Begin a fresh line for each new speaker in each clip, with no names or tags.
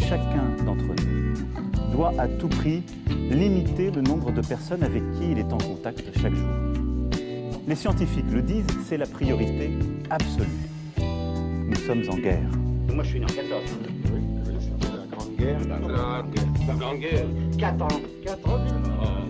chacun d'entre nous doit à tout prix limiter le nombre de personnes avec qui il est en contact chaque jour. Les scientifiques le disent, c'est la priorité absolue. Nous sommes en guerre.
Moi, je suis né en 14.
La Grande Guerre.
La grande guerre. La grande guerre. 4 ans. 4 ans.
Ah,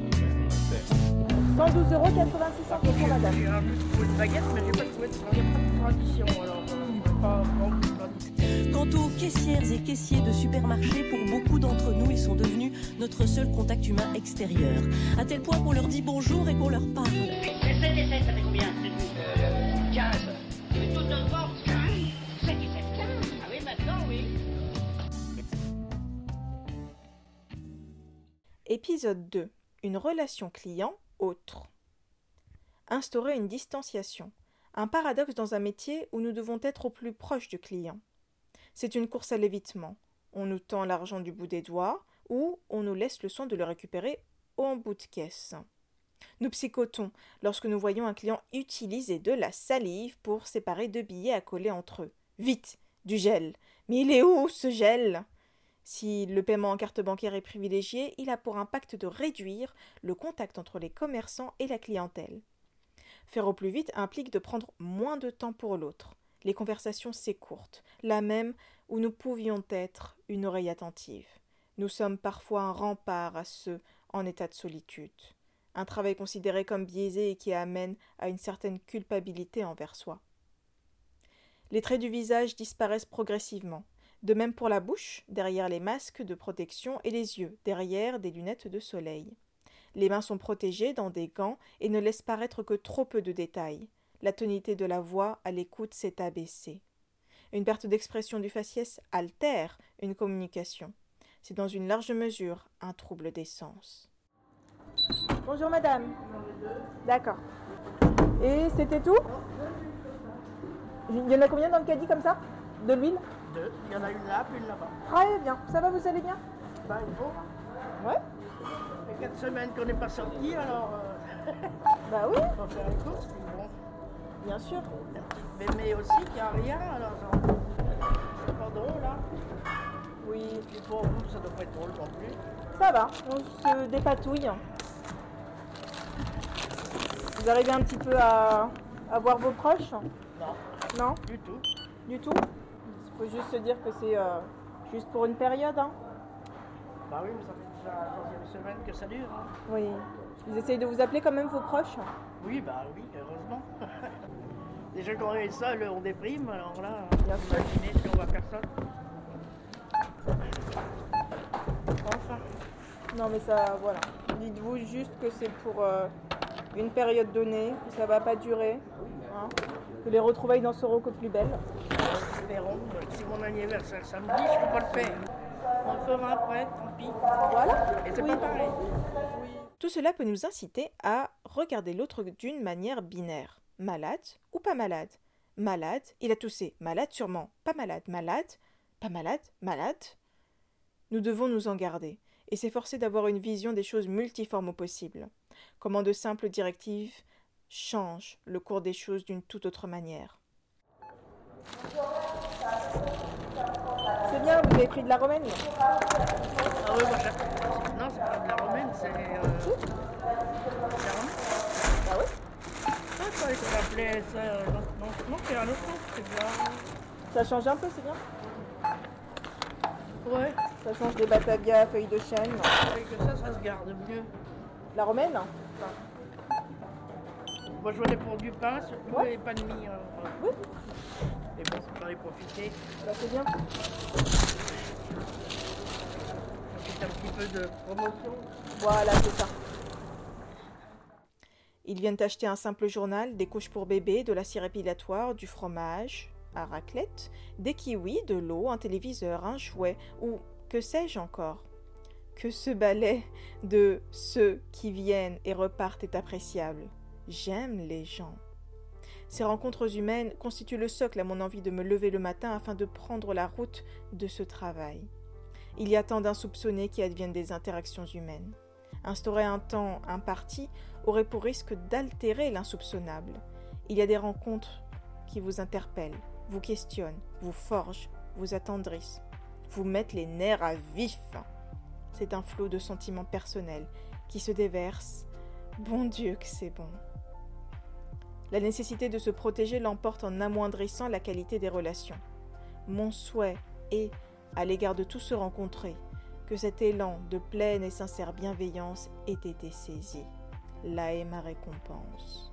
112 euros 86 centimes pour madame.
J'ai un peu trouvé de baguette, mais j'ai pas trouvé de baguette par tradition, alors euh, pas vraiment de tradition.
Quant aux caissières et caissiers de supermarchés, pour beaucoup d'entre nous, ils sont devenus notre seul contact humain extérieur. À tel point qu'on leur dit bonjour et qu'on leur parle.
Les 7 et 7, ça fait combien 15. Mais toutes nos portes 15 7 et 7, 15 Ah oui, maintenant, oui.
Épisode 2. Une relation client autre. Instaurer une distanciation. Un paradoxe dans un métier où nous devons être au plus proche du client. C'est une course à l'évitement. On nous tend l'argent du bout des doigts ou on nous laisse le soin de le récupérer en bout de caisse. Nous psychotons lorsque nous voyons un client utiliser de la salive pour séparer deux billets à coller entre eux. Vite, du gel. Mais il est où ce gel si le paiement en carte bancaire est privilégié, il a pour impact de réduire le contact entre les commerçants et la clientèle. Faire au plus vite implique de prendre moins de temps pour l'autre. Les conversations s'écourtent, là même où nous pouvions être une oreille attentive. Nous sommes parfois un rempart à ceux en état de solitude. Un travail considéré comme biaisé et qui amène à une certaine culpabilité envers soi. Les traits du visage disparaissent progressivement. De même pour la bouche, derrière les masques de protection, et les yeux, derrière des lunettes de soleil. Les mains sont protégées dans des gants et ne laissent paraître que trop peu de détails. La tonité de la voix à l'écoute s'est abaissée. Une perte d'expression du faciès altère une communication. C'est dans une large mesure un trouble des sens.
Bonjour madame. D'accord. Et c'était tout Il y en a combien dans le caddie comme ça De l'huile
Deux. Il y en a une là, puis une là-bas.
Très Eh bien. Ça va, vous allez bien
Bah, il faut. hein.
Ouais.
Ça fait 4 semaines qu'on n'est pas sorti, alors euh,
Bah oui,
on va faire les courses, puis bon.
bien sûr.
La petite mémé aussi qui a rien, alors genre, c'est pas drôle, hein. là.
Oui,
Puis pour vous, ça doit pas être drôle non plus.
ça va. On se dépatouille. Vous arrivez un petit peu à, à voir vos proches
Non,
Non
du tout.
Du tout Il faut juste se dire que c'est euh, juste pour une période. Hein.
Bah oui, mais ça fait déjà la troisième semaine que ça dure. hein.
Oui. Vous essayez de vous appeler quand même vos proches
Oui, bah oui, heureusement. Déjà quand on est seul, on déprime, alors là,
Bien sûr.
imaginez si on voit personne. Enfin,
Non, mais ça, voilà. Dites-vous juste que c'est pour euh, une période donnée, que ça va pas durer. hein, que les retrouvailles n'en seront que plus belles.
espérons. Si mon anniversaire samedi, je peux pas le faire. On le fera après, tant pis.
Voilà.
Et c'est
Oui.
pas pareil.
Tout cela peut nous inciter à regarder l'autre d'une manière binaire. Malade ou pas malade Malade, il a toussé. Malade sûrement. Pas malade. Malade. Pas malade. Malade.
Nous devons nous en garder et s'efforcer d'avoir une vision des choses multiformes au possible.
Comment de simples directives changent le cours des choses d'une toute autre manière.
C'est bien, vous avez pris de la romaine.
Ah oui, moi j'appelle. Non, c'est pas de la romaine, c'est. Euh... Caron. Ah oui Ah, je croyais qu'on appelait ça. euh, Non, non, non, c'est un autre nom, c'est bien.
Ça change un peu, c'est bien.
Ouais,
Ça change des batavia à feuilles de chêne.
et que ça, ça se garde mieux.
La romaine
Moi, je venais pour du pain, surtout,
Ouais.
et pas de mie. euh,
Oui.
Et bon, c'est pas les profiter.
bah, C'est bien.
C'est un petit peu de promotion.
Voilà, c'est ça.
Ils viennent acheter un simple journal, des couches pour bébé, de la cire épilatoire, du fromage à raclette, des kiwis, de l'eau, un téléviseur, un jouet ou que sais-je encore. Que ce balai de ceux qui viennent et repartent est appréciable. J'aime les gens. Ces rencontres humaines constituent le socle à mon envie de me lever le matin afin de prendre la route de ce travail. Il y a tant d'insoupçonnés qui adviennent des interactions humaines. Instaurer un temps imparti aurait pour risque d'altérer l'insoupçonnable. Il y a des rencontres qui vous interpellent, vous questionnent, vous forgent, vous attendrissent. vous mettent les nerfs à vif. C'est un flot de sentiments personnels qui se déverse. Bon Dieu que c'est bon. La nécessité de se protéger l'emporte en amoindrissant la qualité des relations. Mon souhait est, à l'égard de tous se rencontrer, que cet élan de pleine et sincère bienveillance ait été saisi. Là est ma récompense.